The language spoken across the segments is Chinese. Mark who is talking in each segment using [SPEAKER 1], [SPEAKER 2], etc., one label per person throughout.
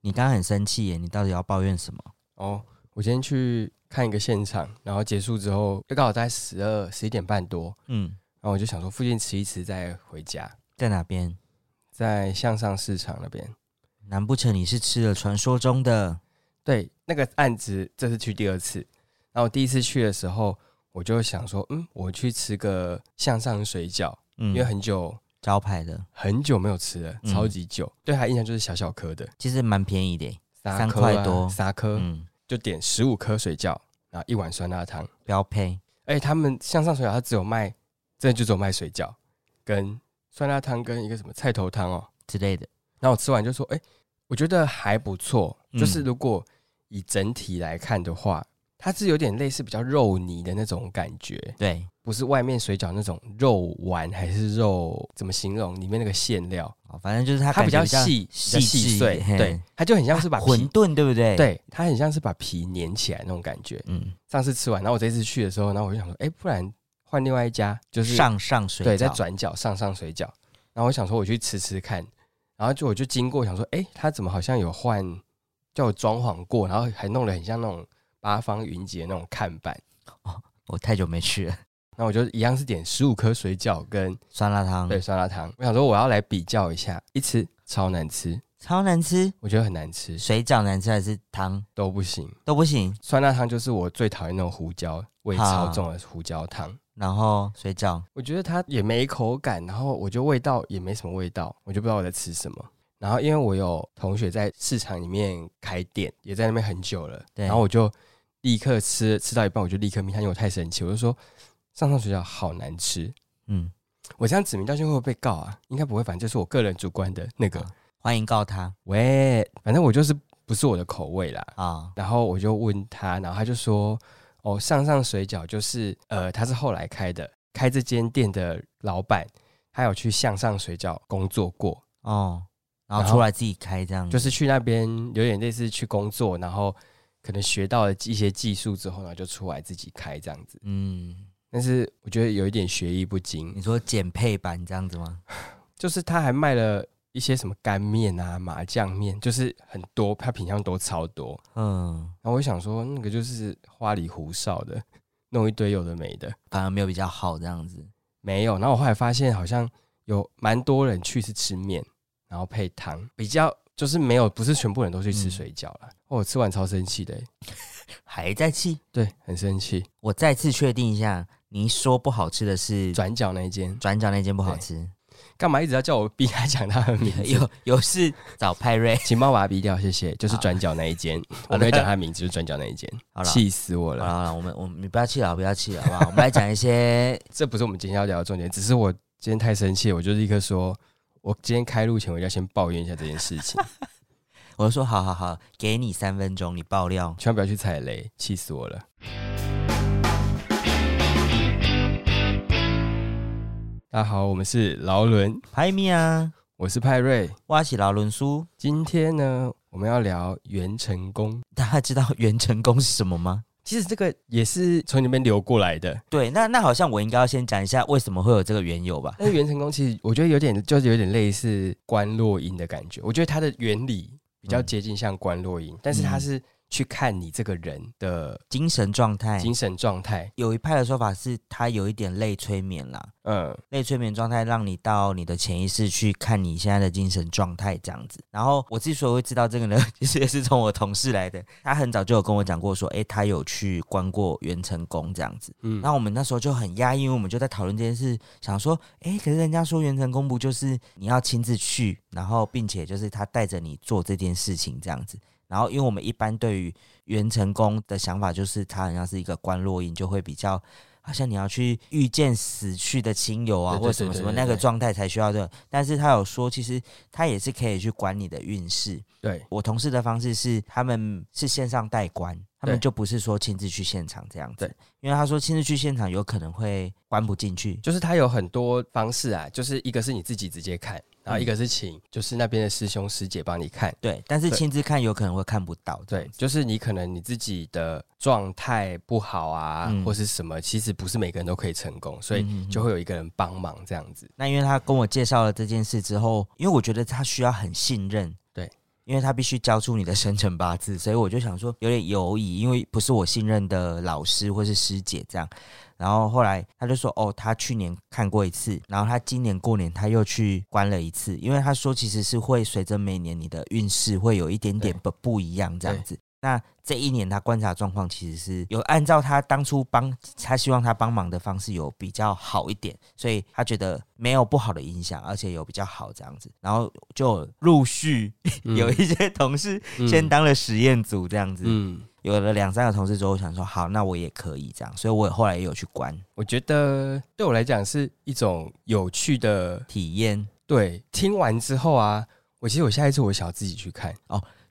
[SPEAKER 1] 你刚刚很生气耶，你到底要抱怨什么？
[SPEAKER 2] 哦，我今天去看一个现场，然后结束之后，刚好在十二十一点半多，
[SPEAKER 1] 嗯，
[SPEAKER 2] 然后我就想说附近吃一吃再回家，
[SPEAKER 1] 在哪边？
[SPEAKER 2] 在向上市场那边。
[SPEAKER 1] 难不成你是吃了传说中的？
[SPEAKER 2] 对，那个案子这是去第二次，然后第一次去的时候，我就想说，嗯，我去吃个向上水饺，
[SPEAKER 1] 嗯
[SPEAKER 2] 因为很久
[SPEAKER 1] 招牌的，
[SPEAKER 2] 很久没有吃了，
[SPEAKER 1] 嗯
[SPEAKER 2] 超级久，对他印象就是小小颗的，
[SPEAKER 1] 其实蛮便宜的耶。
[SPEAKER 2] 三
[SPEAKER 1] 三
[SPEAKER 2] 颗
[SPEAKER 1] 块
[SPEAKER 2] 啊
[SPEAKER 1] 多
[SPEAKER 2] 三颗，
[SPEAKER 1] 嗯，
[SPEAKER 2] 就点十五颗水饺，然后一碗酸辣汤。
[SPEAKER 1] 标配。
[SPEAKER 2] 而哎且他们向上水啊饺，它只有卖，真的就只有卖水饺跟酸辣汤跟一个什么菜头汤哦。
[SPEAKER 1] 之类的。
[SPEAKER 2] 然后我吃完就说，哎、我觉得还不错，
[SPEAKER 1] 嗯
[SPEAKER 2] 就是如果以整体来看的话，它是有点类似比较肉泥的那种感觉，
[SPEAKER 1] 对，
[SPEAKER 2] 不是外面水饺那种肉丸还是肉怎么形容里面那个馅料，
[SPEAKER 1] 哦反正就是它
[SPEAKER 2] 它比较
[SPEAKER 1] 感觉
[SPEAKER 2] 细、
[SPEAKER 1] 细致
[SPEAKER 2] 细
[SPEAKER 1] 一
[SPEAKER 2] 碎
[SPEAKER 1] 点，嘿
[SPEAKER 2] 对，它就很像是把皮
[SPEAKER 1] 馄饨，对不对？，
[SPEAKER 2] 对，它很像是把皮粘起来那种感觉。
[SPEAKER 1] 嗯，
[SPEAKER 2] 上次吃完，然后我这次去的时候，然后我就想说，哎、不然换另外一家，就是
[SPEAKER 1] 上上水
[SPEAKER 2] 对，在
[SPEAKER 1] 饺
[SPEAKER 2] 转角上上水饺。然后我想说，我去吃吃看，然后就我就经过，想说，哎、他怎么好像有换，叫我装潢过，然后还弄得很像那种八方云集的那种看板。
[SPEAKER 1] 我太久没去了，
[SPEAKER 2] 那我就一样是点十五颗水饺跟
[SPEAKER 1] 酸辣汤，
[SPEAKER 2] 对，酸辣汤，我想说我要来比较一下，一吃超难吃，
[SPEAKER 1] 超难吃，
[SPEAKER 2] 我觉得很难吃，
[SPEAKER 1] 水饺难吃还是汤
[SPEAKER 2] 都不行。
[SPEAKER 1] 都不行。
[SPEAKER 2] 酸辣汤就是我最讨厌那种胡椒味超重的胡椒汤，
[SPEAKER 1] 然后水饺，
[SPEAKER 2] 我觉得它也没口感，然后我觉得味道也没什么味道，我就不知道我在吃什么。然后因为我有同学在市场里面开店，也在那边很久了，
[SPEAKER 1] 对
[SPEAKER 2] 然后我就立刻吃，吃到一半我就立刻命他，因为我太生气，我就说上上水饺好难吃。
[SPEAKER 1] 嗯，
[SPEAKER 2] 我这样指名道姓会不会被告啊？应该不会，反正就是我个人主观的那个
[SPEAKER 1] 好。欢迎告他
[SPEAKER 2] 喂，反正我就是不是我的口味啦。
[SPEAKER 1] 啊，
[SPEAKER 2] 然后我就问他，然后他就说：“哦，上上水饺就是呃，他是后来开的，开这间店的老板，他有去向上水饺工作过，
[SPEAKER 1] 哦，然
[SPEAKER 2] 然
[SPEAKER 1] 后
[SPEAKER 2] 后
[SPEAKER 1] 出来自己开这样子，
[SPEAKER 2] 就是去那边有点类似去工作，然后可能学到了一些技术之后呢，就出来自己开这样子。
[SPEAKER 1] 嗯，
[SPEAKER 2] 但是我觉得有一点学艺不精
[SPEAKER 1] 你，说减配版这样子吗？
[SPEAKER 2] 就是他还卖了一些什么干面啊、麻酱面，就是很多，他品相多超多。
[SPEAKER 1] 嗯，
[SPEAKER 2] 然后我想说，那个就是花里胡哨的，弄一堆有的没的。”
[SPEAKER 1] 反而没有比较好这样子。
[SPEAKER 2] 没有。然后我后来发现，好像有蛮多人去是吃面，然后配汤，比较就是没有，不是全部人都去吃
[SPEAKER 1] 嗯
[SPEAKER 2] 水饺了。哦，我吃完超生气的欸，
[SPEAKER 1] 还在气，
[SPEAKER 2] 对，很生气。
[SPEAKER 1] 我再次确定一下，你说不好吃的是
[SPEAKER 2] 转角那一间，
[SPEAKER 1] 转角那间不好
[SPEAKER 2] 对
[SPEAKER 1] 吃，
[SPEAKER 2] 干嘛一直要叫我逼他讲他的名 字？
[SPEAKER 1] 有有事找派瑞。
[SPEAKER 2] 请帮我把他逼掉，谢谢。就是转角那一间，我没有讲他的名字，就是转角那一间，
[SPEAKER 1] 好了，
[SPEAKER 2] 气死我
[SPEAKER 1] 好
[SPEAKER 2] 了。
[SPEAKER 1] 了好了，我们我们你不要气了，不要气了，好不好？我们来讲一些，
[SPEAKER 2] 这不是我们今天要聊的重点，只是我今天太生气，我就立刻说，我今天开录前我就要先抱怨一下这件事情，
[SPEAKER 1] 我就说好好好，给你三分钟，你爆料。
[SPEAKER 2] 千万不要去踩雷，气死我了。大家好，我们是劳伦，
[SPEAKER 1] 拍咪啊，
[SPEAKER 2] 我是派瑞。
[SPEAKER 1] 挖起劳伦苏，
[SPEAKER 2] 今天呢，我们要聊元成功。
[SPEAKER 1] 大家知道元成功是什么吗？
[SPEAKER 2] 其实这个也是从你那边流过来的。
[SPEAKER 1] 对，那那好像我应该要先讲一下为什么会有这个缘由吧。
[SPEAKER 2] 但是元成功其实我觉得有点，就是有点类似关洛音的感觉。我觉得它的原理比
[SPEAKER 1] 嗯
[SPEAKER 2] 较接近像关洛音，但是它是去看你这个人的
[SPEAKER 1] 精神状态，
[SPEAKER 2] 精神状态。
[SPEAKER 1] 有一派的说法是它有一点类催眠啦，
[SPEAKER 2] 嗯，
[SPEAKER 1] 类催眠状态让你到你的潜意识去看你现在的精神状态这样子。然后我之所以会知道这个呢， 其实也是从我同事来的，他很早就有跟我讲过说，诶、他有去关过元成功这样子。
[SPEAKER 2] 嗯，
[SPEAKER 1] 那我们那时候就很压抑，因为我们就在讨论这件事，想说，哎、可是人家说元成功不就是你要亲自去，然后并且就是他带着你做这件事情这样子。然后，因为我们一般对于元成功的想法就是他好像是一个观落音，就会比较好像你要去遇见死去的亲友啊，
[SPEAKER 2] 对对
[SPEAKER 1] 或者什么
[SPEAKER 2] 对对
[SPEAKER 1] 什么
[SPEAKER 2] 对
[SPEAKER 1] 那个
[SPEAKER 2] 对
[SPEAKER 1] 状态才需要这个。但是他有说，其实他也是可以去管你的运势，
[SPEAKER 2] 对，
[SPEAKER 1] 我同事的方式是，他们是线上代关，他们
[SPEAKER 2] 对
[SPEAKER 1] 就不是说亲自去现场这样子
[SPEAKER 2] 对。
[SPEAKER 1] 因为他说亲自去现场有可能会关不进去，
[SPEAKER 2] 就是它有很多方式啊，就是一个是你自己直接看，
[SPEAKER 1] 嗯
[SPEAKER 2] 然后一个是请就是那边的师兄师姐帮你看。
[SPEAKER 1] 对，但是
[SPEAKER 2] 对
[SPEAKER 1] 亲自看有可能会看不到这
[SPEAKER 2] 对
[SPEAKER 1] 样，子。
[SPEAKER 2] 就是你可能你自己的状态不好啊，
[SPEAKER 1] 嗯
[SPEAKER 2] 或是什么，其实不是每个人都可以成功，所以
[SPEAKER 1] 嗯嗯嗯
[SPEAKER 2] 就会有一个人帮忙这样子。
[SPEAKER 1] 那因为他跟我介绍了这件事之后，因为我觉得他需要很信任，
[SPEAKER 2] 对，
[SPEAKER 1] 因因为他必须交出你的生辰八字，所以我就想说有点犹疑，因为不是我信任的老师或是师姐这样。然后后来他就说，哦，他去年看过一次，然后他今年过年他又去观了一次，因为他说其实是会随着每年你的运势会有一点点
[SPEAKER 2] 对
[SPEAKER 1] 不不一样这样子。那这一年他观察状况其实是有按照他当初帮他希望他帮忙的方式有比较好一点，所以他觉得没有不好的影响，而且有比较好这样子，然后就陆续有一些同事先当了实验组这样子，
[SPEAKER 2] 嗯，
[SPEAKER 1] 有了两三个同事之后，我想说好，那我也可以这样，所以我后来也有去关
[SPEAKER 2] 我觉得对我来讲是一种有趣的。
[SPEAKER 1] 体验，
[SPEAKER 2] 对，听完之后啊，我其实我下一次我想要自己去看。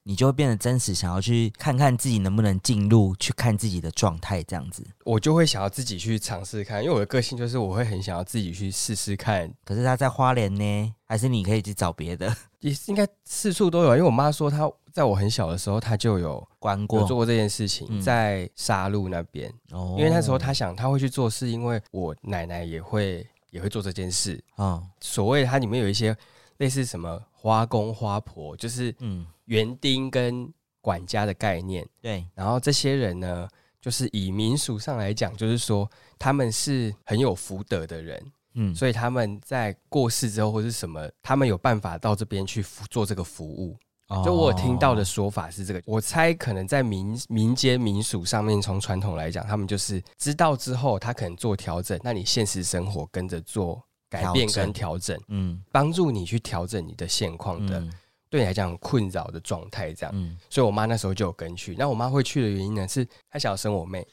[SPEAKER 1] 你就会变得真实，想要去看看自己能不能进入，去看自己的状态这样子。
[SPEAKER 2] 我就会想要自己去尝试看，因为我的个性就是我会很想要自己去试试看，
[SPEAKER 1] 可是他在花莲呢，还是你可以去找别的
[SPEAKER 2] 也是应该次数都有。因为我妈说她在我很小的时候，她就有
[SPEAKER 1] 关
[SPEAKER 2] 有
[SPEAKER 1] 过
[SPEAKER 2] 做过这件事情，
[SPEAKER 1] 嗯
[SPEAKER 2] 在沙鹿那边。
[SPEAKER 1] 哦
[SPEAKER 2] 因为那时候她想她会去做，是因为我奶奶也会也会做这件事。
[SPEAKER 1] 嗯
[SPEAKER 2] 所谓它里面有一些类似什么花公花婆，就是
[SPEAKER 1] 嗯，
[SPEAKER 2] 园丁跟管家的概念。
[SPEAKER 1] 对，
[SPEAKER 2] 然后这些人呢，就是以民俗上来讲，就是说他们是很有福德的人，
[SPEAKER 1] 嗯，
[SPEAKER 2] 所以他们在过世之后或是什么，他们有办法到这边去服做这个服务。就我有听到的
[SPEAKER 1] 哦
[SPEAKER 2] 说法是这个，我猜可能在民民间民俗上面，从传统来讲，他们就是知道之后，他可能做调整，那你现实生活跟着做改变
[SPEAKER 1] 调整
[SPEAKER 2] 跟调整，
[SPEAKER 1] 嗯
[SPEAKER 2] 帮助你去调整你的现况的，
[SPEAKER 1] 嗯
[SPEAKER 2] 对你来讲很困扰的状态这样。
[SPEAKER 1] 嗯
[SPEAKER 2] 所以我妈那时候就有跟去。那我妈会去的原因呢，是她想要生我妹，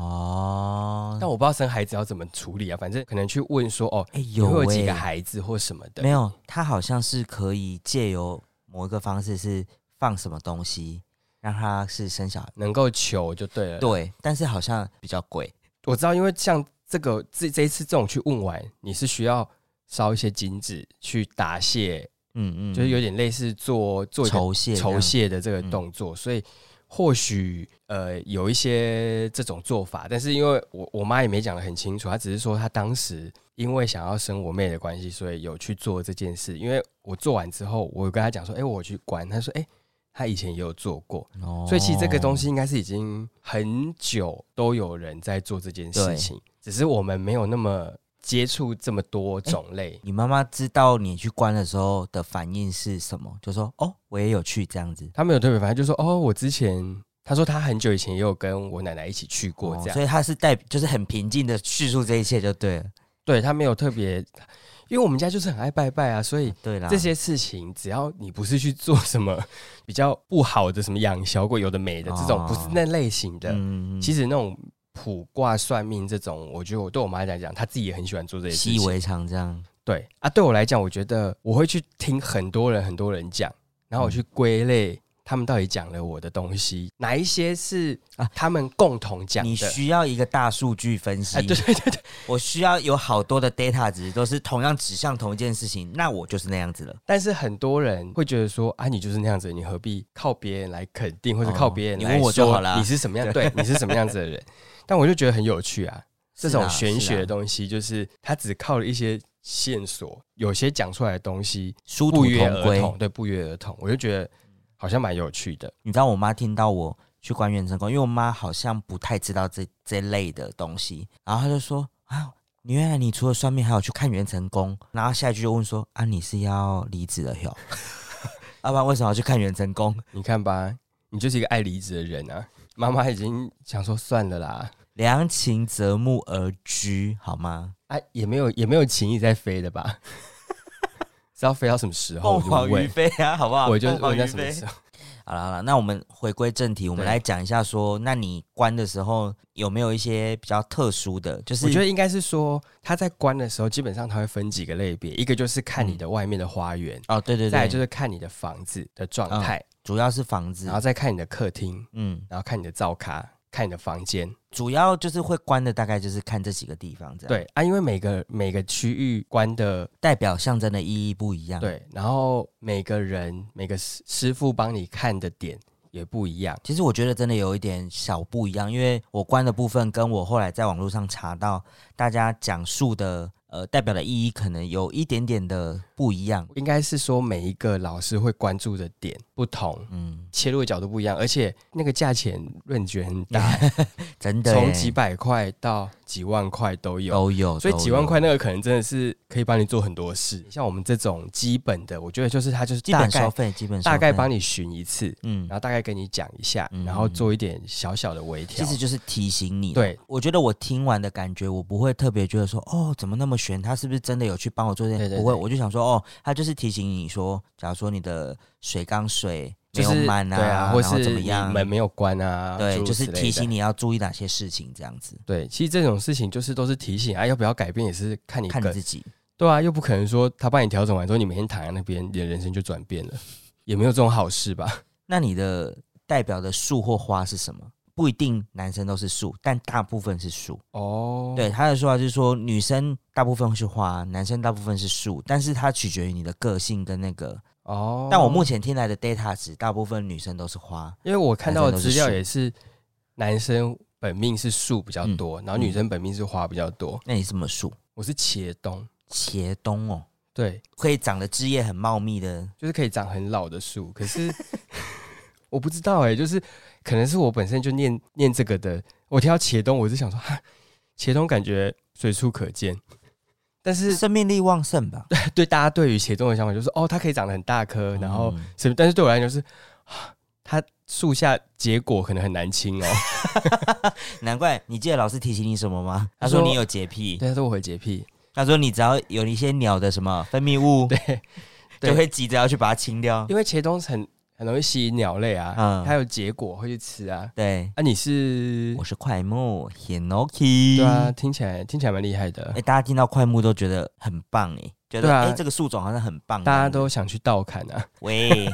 [SPEAKER 1] 哦，
[SPEAKER 2] 但我不知道生孩子要怎么处理啊，反正可能去问说哦，
[SPEAKER 1] 哎
[SPEAKER 2] 你会
[SPEAKER 1] 有
[SPEAKER 2] 有几个
[SPEAKER 1] 哎、
[SPEAKER 2] 孩子或什么的
[SPEAKER 1] 没。有，他好像是可以借由某一个方式是放什么东西让他是生小孩，
[SPEAKER 2] 能够求就对了。，
[SPEAKER 1] 对，但是好像比较贵，
[SPEAKER 2] 我知道，因为像这个这这一次这种去问完，你是需要烧一些金纸去答谢，
[SPEAKER 1] 嗯嗯，
[SPEAKER 2] 就是有点类似做做一个
[SPEAKER 1] 酬谢这
[SPEAKER 2] 酬
[SPEAKER 1] 样，
[SPEAKER 2] 谢的这个
[SPEAKER 1] 嗯
[SPEAKER 2] 动作，所以或许呃有一些这种做法，但是因为我我妈也没讲得很清楚，她只是说她当时因为想要生我妹的关系，所以有去做这件事。因为我做完之后，我有跟她讲说，哎、我去关，她说，哎、她以前也有做过，
[SPEAKER 1] 哦
[SPEAKER 2] 所以其实这个东西应该是已经很久都有人在做这件事情，只是我们没有那么接触这么多种类。
[SPEAKER 1] 你妈妈知道你去关的时候的反应是什么？就说哦，我也有去这样子。
[SPEAKER 2] 她没有特别反正就说哦，我之前她说她很久以前也有跟我奶奶一起去过
[SPEAKER 1] 哦
[SPEAKER 2] 这样，
[SPEAKER 1] 所以她是代，就是很平静的叙述这一切就对了。
[SPEAKER 2] 对他没有特别，因为我们家就是很爱拜拜啊，所以
[SPEAKER 1] 对啦，
[SPEAKER 2] 这些事情只要你不是去做什么比较不好的，什么养小鬼有的没的这种，
[SPEAKER 1] 哦
[SPEAKER 2] 不是那类型的，
[SPEAKER 1] 嗯
[SPEAKER 2] 其
[SPEAKER 1] 实
[SPEAKER 2] 实那种卜卦算命这种，我觉得我对我妈来讲，她自己也很喜欢做这些事
[SPEAKER 1] 习以
[SPEAKER 2] 情。
[SPEAKER 1] 为常这样。
[SPEAKER 2] 对啊，对我来讲，我觉得我会去听很多人很多人讲，
[SPEAKER 1] 嗯
[SPEAKER 2] 然后我去归类。他们到底讲了我的东西，哪一些是
[SPEAKER 1] 啊
[SPEAKER 2] 他们共同讲
[SPEAKER 1] 你
[SPEAKER 2] 的？
[SPEAKER 1] 需要一个大数据分析，
[SPEAKER 2] 哎，对对对对，
[SPEAKER 1] 我需要有好多的 data 值都是同样指向同一件事情，那我就是那样子了。
[SPEAKER 2] 但是很多人会觉得说啊，你就是那样子，你何必靠别人来肯定，或者
[SPEAKER 1] 哦
[SPEAKER 2] 靠别人
[SPEAKER 1] 你
[SPEAKER 2] 来
[SPEAKER 1] 问我就
[SPEAKER 2] 说
[SPEAKER 1] 好啦
[SPEAKER 2] 你是什么样，对，你是什么样子的人？但我就觉得很有趣啊，这
[SPEAKER 1] 是
[SPEAKER 2] 种
[SPEAKER 1] 啦
[SPEAKER 2] 玄学
[SPEAKER 1] 是
[SPEAKER 2] 的
[SPEAKER 1] 啦
[SPEAKER 2] 东西，就是它只靠了一些线索，有些讲出来的东西
[SPEAKER 1] 殊途
[SPEAKER 2] 不约
[SPEAKER 1] 同
[SPEAKER 2] 而
[SPEAKER 1] 归。
[SPEAKER 2] 同，对，不约而同，我就觉得好像蛮有趣的。
[SPEAKER 1] 你知道我妈听到我去关元成功，因为我妈好像不太知道这这类的东西，然后她就说啊，你原来你除了算命，还有去看元成功，然后下一句就问说啊，你是要离职了 哟？ 要不然为什么要去看元成功？
[SPEAKER 2] 你看吧，你就是一个爱离职的人啊。妈妈已经想说算了啦，
[SPEAKER 1] 良禽择木而居，好吗？
[SPEAKER 2] 啊，也没有也没有情谊在飞的吧？ 是要飞到什么时候？我就问，
[SPEAKER 1] 飞啊，好不好
[SPEAKER 2] 我就
[SPEAKER 1] 凤
[SPEAKER 2] 问
[SPEAKER 1] 凰
[SPEAKER 2] 在
[SPEAKER 1] 于
[SPEAKER 2] 什么
[SPEAKER 1] 飞
[SPEAKER 2] 时候。
[SPEAKER 1] 好了好了，那我们回归正题，我们
[SPEAKER 2] 对
[SPEAKER 1] 来讲一下说，那你关的时候有没有一些比较特殊的？就是
[SPEAKER 2] 我觉得应该是说，他在关的时候，基本上他会分几个类别，一个就是看你的外面的花园，
[SPEAKER 1] 哦，嗯对对
[SPEAKER 2] 再
[SPEAKER 1] 对，嗯
[SPEAKER 2] 来就是看你的房子的状态，
[SPEAKER 1] 主要是房子
[SPEAKER 2] 然，后再看你的客厅，
[SPEAKER 1] 嗯，
[SPEAKER 2] 然后看你的灶咖，看你的房间。
[SPEAKER 1] 主要就是会关的，大概就是看这几个地方，这样
[SPEAKER 2] 对啊，因为每个每个区域关的
[SPEAKER 1] 代表象征的意义不一样。，
[SPEAKER 2] 对，然后每个人每个师师傅帮你看的点也不一样。
[SPEAKER 1] 其实我觉得真的有一点小不一样，因为我关的部分跟我后来在网络上查到大家讲述的。呃代表的意义可能有一点点的不一样。
[SPEAKER 2] 应该是说每一个老师会关注的点不同，
[SPEAKER 1] 嗯，
[SPEAKER 2] 切入的角度不一样，而且那个价钱论觉很 大，
[SPEAKER 1] 真的
[SPEAKER 2] 从
[SPEAKER 1] 耶
[SPEAKER 2] 几百块到几万块都有。
[SPEAKER 1] 都有，
[SPEAKER 2] 所以
[SPEAKER 1] 哦都
[SPEAKER 2] 几万
[SPEAKER 1] 有
[SPEAKER 2] 块那个可能真的是可以帮你做很多事，像我们这种基本的，我觉得就是它就是
[SPEAKER 1] 基
[SPEAKER 2] 大
[SPEAKER 1] 本收
[SPEAKER 2] 概
[SPEAKER 1] 费，基本
[SPEAKER 2] 大
[SPEAKER 1] 收
[SPEAKER 2] 概
[SPEAKER 1] 费
[SPEAKER 2] 帮你巡一次，
[SPEAKER 1] 嗯
[SPEAKER 2] 然，后大概跟你讲一下，
[SPEAKER 1] 嗯
[SPEAKER 2] 然后做一点小小的微
[SPEAKER 1] 其
[SPEAKER 2] 调。
[SPEAKER 1] 实就是提醒你。，
[SPEAKER 2] 对，
[SPEAKER 1] 我觉得我听完的感觉，我不会特别觉得说，哦，怎么那么悬？他是不是真的有去帮我做这件？
[SPEAKER 2] 对对
[SPEAKER 1] 不会，
[SPEAKER 2] 对
[SPEAKER 1] 我就想说，哦，他就是提醒你说，假如说你的水缸水没
[SPEAKER 2] 就
[SPEAKER 1] 有
[SPEAKER 2] 是
[SPEAKER 1] 满
[SPEAKER 2] 对啊，或
[SPEAKER 1] 然后
[SPEAKER 2] 是
[SPEAKER 1] 怎么样
[SPEAKER 2] 你？门没有关啊，
[SPEAKER 1] 对，
[SPEAKER 2] 诸如
[SPEAKER 1] 就是
[SPEAKER 2] 此类
[SPEAKER 1] 提醒
[SPEAKER 2] 的。
[SPEAKER 1] 你要注意哪些事情，这样子
[SPEAKER 2] 对，其实这种事情就是都是提醒啊，要不要改变也是看你
[SPEAKER 1] 看你
[SPEAKER 2] 个
[SPEAKER 1] 自己。
[SPEAKER 2] 对啊，又不可能说他帮你调整完之后，你每天躺在那边，你的人生就转变了，也没有这种好事吧？
[SPEAKER 1] 那你的代表的树或花是什么？不一定男生都是树，但大部分是树。
[SPEAKER 2] 哦，
[SPEAKER 1] 对他的说法就是说，女生大部分是花，男生大部分是树，但是它取决于你的个性跟那个
[SPEAKER 2] 哦，
[SPEAKER 1] 但我目前听来的 data 值，大部分女生都是花，
[SPEAKER 2] 因为我看到的资料也是男生本命是树比
[SPEAKER 1] 嗯
[SPEAKER 2] 较多，然后女生本命是花比较多。
[SPEAKER 1] 那你是什么树？
[SPEAKER 2] 我是茄冬，
[SPEAKER 1] 茄冬哦，
[SPEAKER 2] 对，
[SPEAKER 1] 可以长得枝叶很茂密的，
[SPEAKER 2] 就是可以长很老的树，可是 我不知道哎、就是可能是我本身就念念这个的，我听到茄冬，我就想说，哈，茄冬感觉随处可见。但是
[SPEAKER 1] 生命力旺盛吧？
[SPEAKER 2] 对大家对于茄冬的想法就是，哦，它可以长得很大颗，然后
[SPEAKER 1] 嗯
[SPEAKER 2] 什么？但是对我来讲就是，啊它树下结果可能很难清哦。
[SPEAKER 1] 难怪你记得老师提醒你什么吗？他
[SPEAKER 2] 他
[SPEAKER 1] 说
[SPEAKER 2] 说
[SPEAKER 1] 你有洁癖，
[SPEAKER 2] 对，他说我会洁癖，
[SPEAKER 1] 他说你只要有一些鸟的什么分泌物，
[SPEAKER 2] 对，对
[SPEAKER 1] 就会急着要去把它清掉。
[SPEAKER 2] 因为茄冬很很容易吸引鸟类啊，
[SPEAKER 1] 嗯
[SPEAKER 2] 它有结果会去吃啊。
[SPEAKER 1] 对，
[SPEAKER 2] 啊，你是
[SPEAKER 1] 我是快木 Hinoki。
[SPEAKER 2] 对啊，听起来听起来蛮厉害的
[SPEAKER 1] 哎、，大家听到快木都觉得很棒哎、觉得
[SPEAKER 2] 对
[SPEAKER 1] 哎、
[SPEAKER 2] 啊
[SPEAKER 1] 这个树种好像很棒，
[SPEAKER 2] 大家都想去倒砍啊。
[SPEAKER 1] 喂。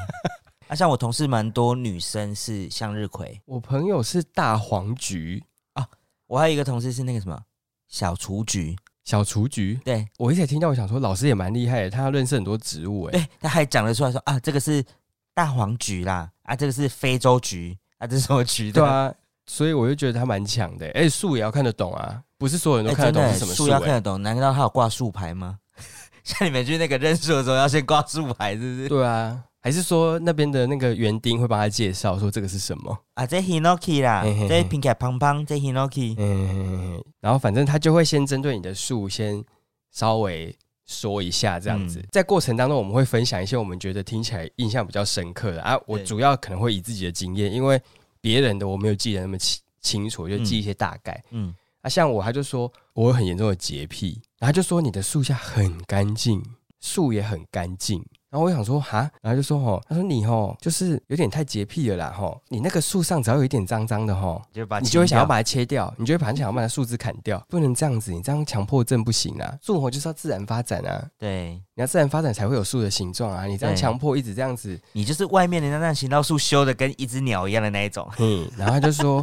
[SPEAKER 1] 啊，像我同事蛮多女生是向日葵，
[SPEAKER 2] 我朋友是大黄菊，
[SPEAKER 1] 我还有一个同事是那个什么小雏菊，
[SPEAKER 2] 小雏菊。
[SPEAKER 1] 对
[SPEAKER 2] 我一直听到，我想说老师也蛮厉害的，他认识很多植物 哎。
[SPEAKER 1] 对，他还讲得出来说啊，这个是大黄菊啦，啊，这个是非洲菊，啊，这是什么菊？
[SPEAKER 2] 对，啊，所以我就觉得他蛮强的欸。哎，树也要看得懂啊，不是所有人
[SPEAKER 1] 哎
[SPEAKER 2] 都看得
[SPEAKER 1] 真
[SPEAKER 2] 懂
[SPEAKER 1] 的
[SPEAKER 2] 是什么
[SPEAKER 1] 树
[SPEAKER 2] 树
[SPEAKER 1] 要
[SPEAKER 2] 欸
[SPEAKER 1] 看得懂，难道他有挂树牌吗？ 像你们去那个认树的时候，要先挂树牌，是不是？
[SPEAKER 2] 对啊，还是说那边的那个园丁会帮他介绍说这个是什么？
[SPEAKER 1] 啊，这 Hinoki 啦
[SPEAKER 2] 嘿嘿，嘿
[SPEAKER 1] 这 p i n k 胖胖，这 Hinoki，
[SPEAKER 2] 嗯，然后反正他就会先针对你的树先稍微说一下这样子，
[SPEAKER 1] 嗯
[SPEAKER 2] 在过程当中我们会分享一些我们觉得听起来印象比较深刻的啊。我
[SPEAKER 1] 对
[SPEAKER 2] 主要可能会以自己的经验，因为别人的我没有记得那么清清楚，我就记一些大概。
[SPEAKER 1] 嗯，
[SPEAKER 2] 啊，像我他就说我有很严重的洁癖，然后他就说你的树下很干净，树也很干净。然后我想说哈，然后他就说哦，他说你哦，就是有点太洁癖了啦吼，你那个树上只要有一点脏脏的吼，
[SPEAKER 1] 就把
[SPEAKER 2] 你就会想要
[SPEAKER 1] 清掉嗯
[SPEAKER 2] 把它切掉，你就会把想要把它树枝砍掉，不能这样子，你这样强迫症不行啊。树活就是要自然发展啊，
[SPEAKER 1] 对
[SPEAKER 2] 你要自然发展才会有树的形状啊。你这样
[SPEAKER 1] 对
[SPEAKER 2] 强迫一直这样子，
[SPEAKER 1] 你就是外面人家那行道树修的跟一只鸟一样的那一种，
[SPEAKER 2] 嗯， 然后他就说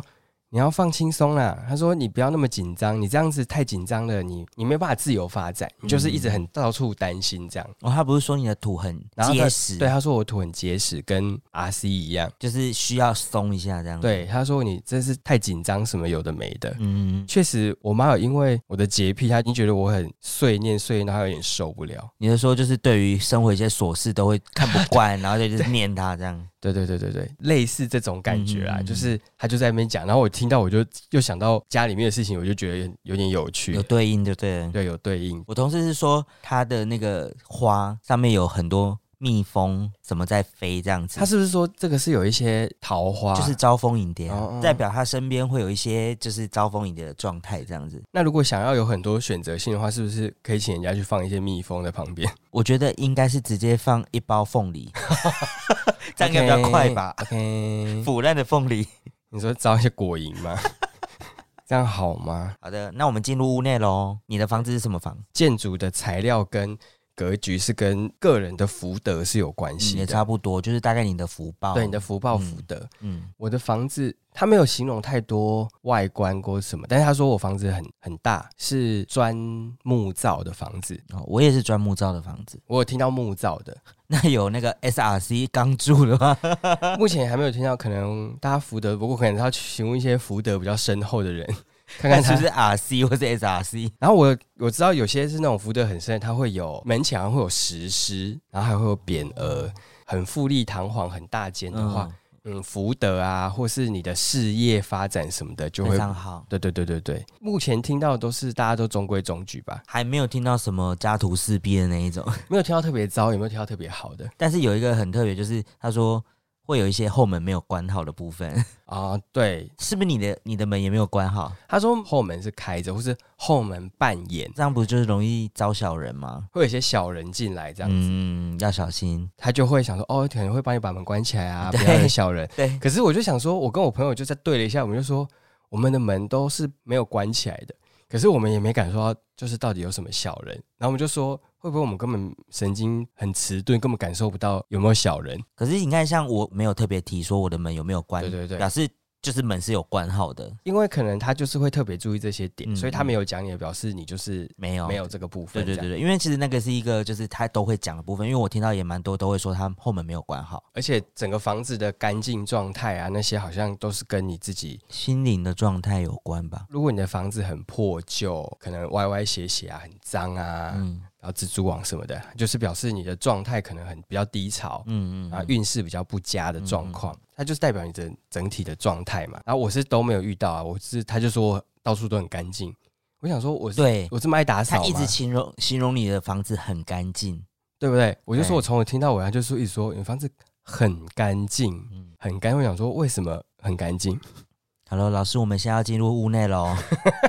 [SPEAKER 2] 你要放轻松啦。他说你不要那么紧张，你这样子太紧张了，你你没有办法自由发展，你就是一
[SPEAKER 1] 嗯
[SPEAKER 2] 直很到处担心这样。
[SPEAKER 1] 哦，他不是说你的土很
[SPEAKER 2] 然后他
[SPEAKER 1] 结实，
[SPEAKER 2] 对，他说我土很结实，跟 RC 一样。
[SPEAKER 1] 就是需要松一下这样子，
[SPEAKER 2] 对，他说你真是太紧张，什么有的没的。
[SPEAKER 1] 嗯，
[SPEAKER 2] 确实，我妈有因为我的洁癖，她已经觉得我很碎念碎念，到她有点受不了。
[SPEAKER 1] 你是说就是对于生活一些琐事都会 看不惯，然后就一直念他这样？
[SPEAKER 2] 对对对对对，类似这种感觉啊，
[SPEAKER 1] 嗯嗯嗯
[SPEAKER 2] 就是他就在那边讲，然后我听到我就又想到家里面的事情，我就觉得有有点有趣
[SPEAKER 1] 有，对应就对了。
[SPEAKER 2] 对，有对应，
[SPEAKER 1] 我同事是说他的那个花上面有很多蜜蜂什么在飞这样子，
[SPEAKER 2] 他是不是说这个是有一些桃花？
[SPEAKER 1] 就是招蜂引蝶啊、
[SPEAKER 2] 哦哦
[SPEAKER 1] 代表他身边会有一些就是招蜂引蝶的状态这样子。
[SPEAKER 2] 那如果想要有很多选择性的话，是不是可以请人家去放一些蜜蜂在旁边？
[SPEAKER 1] 我觉得应该是直接放一包凤 梨，这样应该比较快吧？
[SPEAKER 2] 哎？OK，
[SPEAKER 1] 腐烂的凤梨。
[SPEAKER 2] 你说招一些果蝇吗？ 这样好吗？
[SPEAKER 1] 好的，那我们进入屋内喽。你的房子是什么房？
[SPEAKER 2] 建筑的材料跟格局是跟个人的福德是有
[SPEAKER 1] 嗯
[SPEAKER 2] 关
[SPEAKER 1] 也
[SPEAKER 2] 系的，
[SPEAKER 1] 差不多，就是大概你的福报。
[SPEAKER 2] 对你的，福报
[SPEAKER 1] 嗯
[SPEAKER 2] 福德。
[SPEAKER 1] 嗯，
[SPEAKER 2] 我的房子，他没有形容太多外观或什么，但是他说我房子很很大，是砖木造的房子。
[SPEAKER 1] 哦，我也是砖木造的房子。
[SPEAKER 2] 我有听到木造的，
[SPEAKER 1] 那有那个 SRC 钢柱的吗？
[SPEAKER 2] 目前还没有听到，可能大家福德，不过可能他要询问一些福德比较深厚的人，看 看
[SPEAKER 1] 是
[SPEAKER 2] 他
[SPEAKER 1] 不是 RC 或是 SRC，
[SPEAKER 2] 然后我我知道有些是那种浮得很深，它会有门墙，会有石狮，然后还会有匾额，很富丽堂皇、很大间的话，嗯，福德啊，或是你的事业发展什么的，就
[SPEAKER 1] 嗯非
[SPEAKER 2] 会
[SPEAKER 1] 常好，
[SPEAKER 2] 对对对对对。目前听到的都是大家都中规中矩吧，
[SPEAKER 1] 还没有听到什么家徒四壁的那一种。
[SPEAKER 2] 没有听到特别糟，也没有听到特别好的
[SPEAKER 1] 但是有一个很特别，就是他说会有一些后门没有关好的部分，
[SPEAKER 2] 啊、对，
[SPEAKER 1] 是不是你的你的门也没有关好？
[SPEAKER 2] 他说后门是开着，或是后门半掩，
[SPEAKER 1] 这样不就是容易招小人吗？
[SPEAKER 2] 会有一些小人进来这样子，
[SPEAKER 1] 嗯，要小心。
[SPEAKER 2] 他就会想说，哦，可能会帮你把门关起来啊，不
[SPEAKER 1] 对
[SPEAKER 2] 要有小人。
[SPEAKER 1] 对，
[SPEAKER 2] 可是我就想说，我跟我朋友就在对了一下，我们就说我们的门都是没有关起来的，可是我们也没感受到就是到底有什么小人。然后我们就说，会不会我们根本神经很迟钝，根本感受不到有没有小人？
[SPEAKER 1] 可是你看，像我没有特别提说我的门有没有关，
[SPEAKER 2] 对对对
[SPEAKER 1] 表示就是门是有关好的，
[SPEAKER 2] 因为可能他就是会特别注意这些点，
[SPEAKER 1] 嗯
[SPEAKER 2] 所以他没有讲，也表示你就是
[SPEAKER 1] 没有
[SPEAKER 2] 没。有这个部分。
[SPEAKER 1] 对对
[SPEAKER 2] 这样
[SPEAKER 1] 对，对，因为其实那个是一个，就是他都会讲的部分，因为我听到也蛮多都会说他后门没有关好，
[SPEAKER 2] 而且整个房子的干净状态啊，那些好像都是跟你自己。
[SPEAKER 1] 心灵的状态有关吧。
[SPEAKER 2] 如果你的房子很破旧，可能歪歪斜斜啊，很脏啊，
[SPEAKER 1] 嗯
[SPEAKER 2] 然后蜘蛛网什么的，就是表示你的状态可能很比较低潮，
[SPEAKER 1] 嗯嗯
[SPEAKER 2] 啊
[SPEAKER 1] 嗯，
[SPEAKER 2] 运势比较不佳的状况，它就是代表你的整体的状态嘛。然后我是都没有遇到啊，我是他就说我到处都很干净，我想说我是
[SPEAKER 1] 对，
[SPEAKER 2] 我这么爱打
[SPEAKER 1] 他
[SPEAKER 2] 扫
[SPEAKER 1] 一
[SPEAKER 2] 吗
[SPEAKER 1] 直？形容形容你的房子很干净，
[SPEAKER 2] 对不对？我就
[SPEAKER 1] 对
[SPEAKER 2] 说我从我听到尾，他就说一直说你房子很干净，
[SPEAKER 1] 嗯
[SPEAKER 2] 很干净。我想说为什么很干净？
[SPEAKER 1] 好了，老师，我们现在要进入屋内 喽。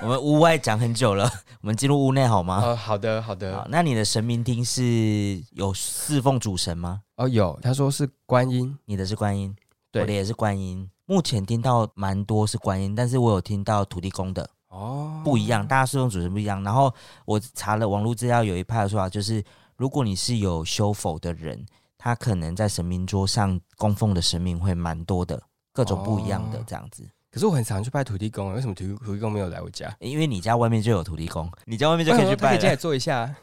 [SPEAKER 1] 我们屋外讲很久了，我们进入屋内好吗？
[SPEAKER 2] 哦，好的好的
[SPEAKER 1] 啊好，，那你的神明厅是有侍奉主神吗？
[SPEAKER 2] 哦有，他说是观音，
[SPEAKER 1] 你的是观音，
[SPEAKER 2] 对
[SPEAKER 1] 我的也是观音。目前听到蛮多是观音，但是我有听到土地公的
[SPEAKER 2] 哦
[SPEAKER 1] 不一样，大家侍奉主神不一样。然后我查了网络资料，有一派的说法就是，如果你是有修佛的人，他可能在神明桌上供奉的神明会蛮多的，各种不一样的
[SPEAKER 2] 哦
[SPEAKER 1] 这样子。
[SPEAKER 2] 可是我很常去拜土地公，啊为什么土地土地公没有来我家？
[SPEAKER 1] 因为你家外面就有土地公，你家外面就 可以去拜
[SPEAKER 2] 他进来
[SPEAKER 1] 了。
[SPEAKER 2] 坐一下。啊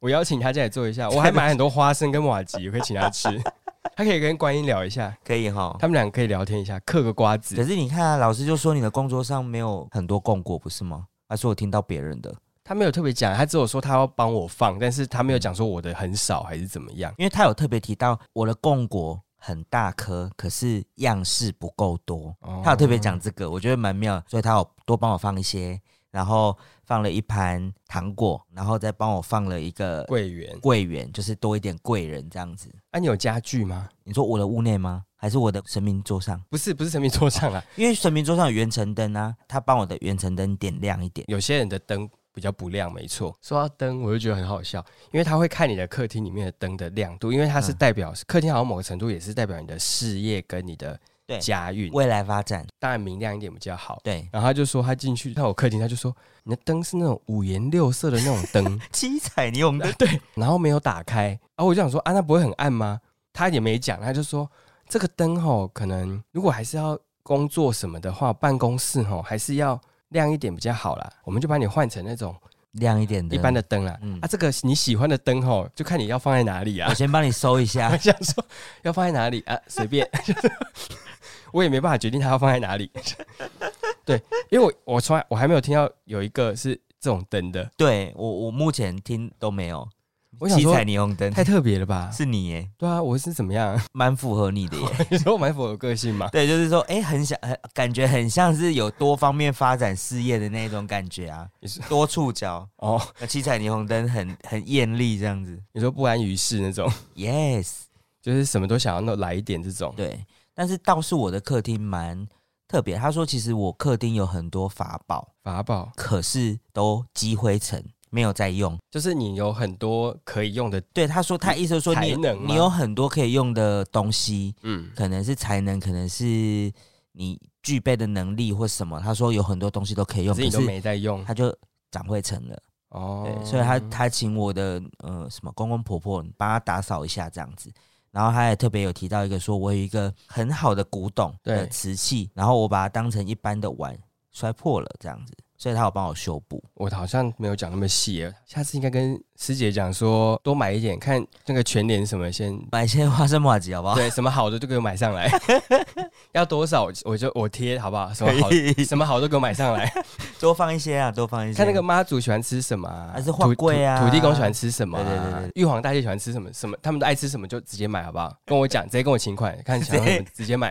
[SPEAKER 2] 我邀请他进来坐一下， 我还买很多花生跟瓦吉，我可以请他吃。 他可以跟观音聊一下，
[SPEAKER 1] 可以哈，
[SPEAKER 2] 他们俩可以聊天一下，嗑个瓜子
[SPEAKER 1] 可。是你看啊，老师就说你的工作上没有很多供果，不是吗？他说我听到别人的，
[SPEAKER 2] 他没有特别讲，他只有说他要帮我放，但是他没有讲说我的很少还是怎么样。
[SPEAKER 1] 因为他有特别提到我的供果很大颗，可是样式不够多。
[SPEAKER 2] 哦
[SPEAKER 1] 哦他有特别讲这个，我觉得蛮妙，所以他有多帮我放一些，然后放了一盘糖果，然后再帮我放了一个
[SPEAKER 2] 桂圆。
[SPEAKER 1] 桂圆，就是多一点贵人这样子。
[SPEAKER 2] 啊，你有家具吗？
[SPEAKER 1] 你说我的屋内吗？还是我的神明桌上？
[SPEAKER 2] 不是，不是神明桌上啊。
[SPEAKER 1] 因为神明桌上有圆城灯啊，他帮我的圆城灯点亮一点。
[SPEAKER 2] 有些人的灯比较不亮，没错。说到灯，我就觉得很好笑，因为他会看你的客厅里面的灯的亮度，因为它是
[SPEAKER 1] 嗯
[SPEAKER 2] 代表、客厅，好像某个程度也是代表你的事业跟你的
[SPEAKER 1] 对
[SPEAKER 2] 家运。
[SPEAKER 1] 未来发展，
[SPEAKER 2] 当然明亮一点比较好。
[SPEAKER 1] 对，
[SPEAKER 2] 然后他就说他进去到我客厅，他就说你的灯是那种五颜六色的那种灯，
[SPEAKER 1] 七彩霓虹灯。
[SPEAKER 2] 然后没有打开。然后我就想说啊，那不会很暗吗？他也没讲，他就说这个灯吼，可能如果还是要工作什么的话，办公室吼还是要亮一点比较好啦。我们就把你换成那种
[SPEAKER 1] 亮一点的，
[SPEAKER 2] 一般的灯啦。
[SPEAKER 1] 嗯
[SPEAKER 2] 啊，这个你喜欢的灯吼，就看你要放在哪 里啊
[SPEAKER 1] 我。先帮你搜一
[SPEAKER 2] 我
[SPEAKER 1] 下。
[SPEAKER 2] 想说要放在哪里啊，随便， 我也没办法决定它要放在哪里。 对，因为我我从来我还没有听到有一个是这种灯的，
[SPEAKER 1] 对我，我目前听都没有。
[SPEAKER 2] 我想
[SPEAKER 1] 七
[SPEAKER 2] 说
[SPEAKER 1] 彩霓虹灯
[SPEAKER 2] 太特别了吧？
[SPEAKER 1] 是你耶，
[SPEAKER 2] 对啊，我是怎么样？
[SPEAKER 1] 蛮符合你的耶。
[SPEAKER 2] 你说我蛮符合我个性 嘛？
[SPEAKER 1] 对，就是说，哎、很想，很感觉很像是有多方面发展事业的那种感觉啊
[SPEAKER 2] 你是，
[SPEAKER 1] 多触角。
[SPEAKER 2] 哦，
[SPEAKER 1] 那七彩霓虹灯很 很艳丽这样子。
[SPEAKER 2] 你说不安于世那种，
[SPEAKER 1] Yes，
[SPEAKER 2] 就是什么都想要弄来一点这种。
[SPEAKER 1] 对。但是倒是我的客厅蛮特别，他说其实我客厅有很多法宝，
[SPEAKER 2] 法宝
[SPEAKER 1] 可是都积灰尘，没有在用。
[SPEAKER 2] 就是你有很多可以用的，
[SPEAKER 1] 对，他说他意思是说你
[SPEAKER 2] 才能吗
[SPEAKER 1] 你有很多可以用的东西，
[SPEAKER 2] 嗯，
[SPEAKER 1] 可能是才能，可能是你具备的能力或什么。他说有很多东西都可以用，
[SPEAKER 2] 可是
[SPEAKER 1] 可
[SPEAKER 2] 你都
[SPEAKER 1] 是
[SPEAKER 2] 没在用
[SPEAKER 1] 他就长灰尘了。对，
[SPEAKER 2] 哦。
[SPEAKER 1] 所以他他请我的呃什么公公婆婆帮他打扫一下这样子。然后他也特别有提到一个说，我有一个很好的古董的
[SPEAKER 2] 对
[SPEAKER 1] 瓷器，然后我把它当成一般的碗摔破了这样子。所以他有帮我修 补。
[SPEAKER 2] 我好像没有讲那么细耶，下次应该跟师姐讲说多买一点，看那个全脸什么先。
[SPEAKER 1] 买一些花生麻吉好不 好？
[SPEAKER 2] 对，什么好的就给我买上来， 要多少我我就我贴好不好？什么好
[SPEAKER 1] 可以
[SPEAKER 2] 什么好都给我买上来。
[SPEAKER 1] 多 放一些啊，多放一些。
[SPEAKER 2] 看那个妈祖喜欢吃什么、啊，
[SPEAKER 1] 还是画柜啊
[SPEAKER 2] 土土地公喜欢吃什么、啊，
[SPEAKER 1] 对对对对
[SPEAKER 2] 玉皇大帝喜欢吃什么，什么他们都爱吃什么就直接买好 不好？跟我讲，直接跟我请款，看想要什么直接买，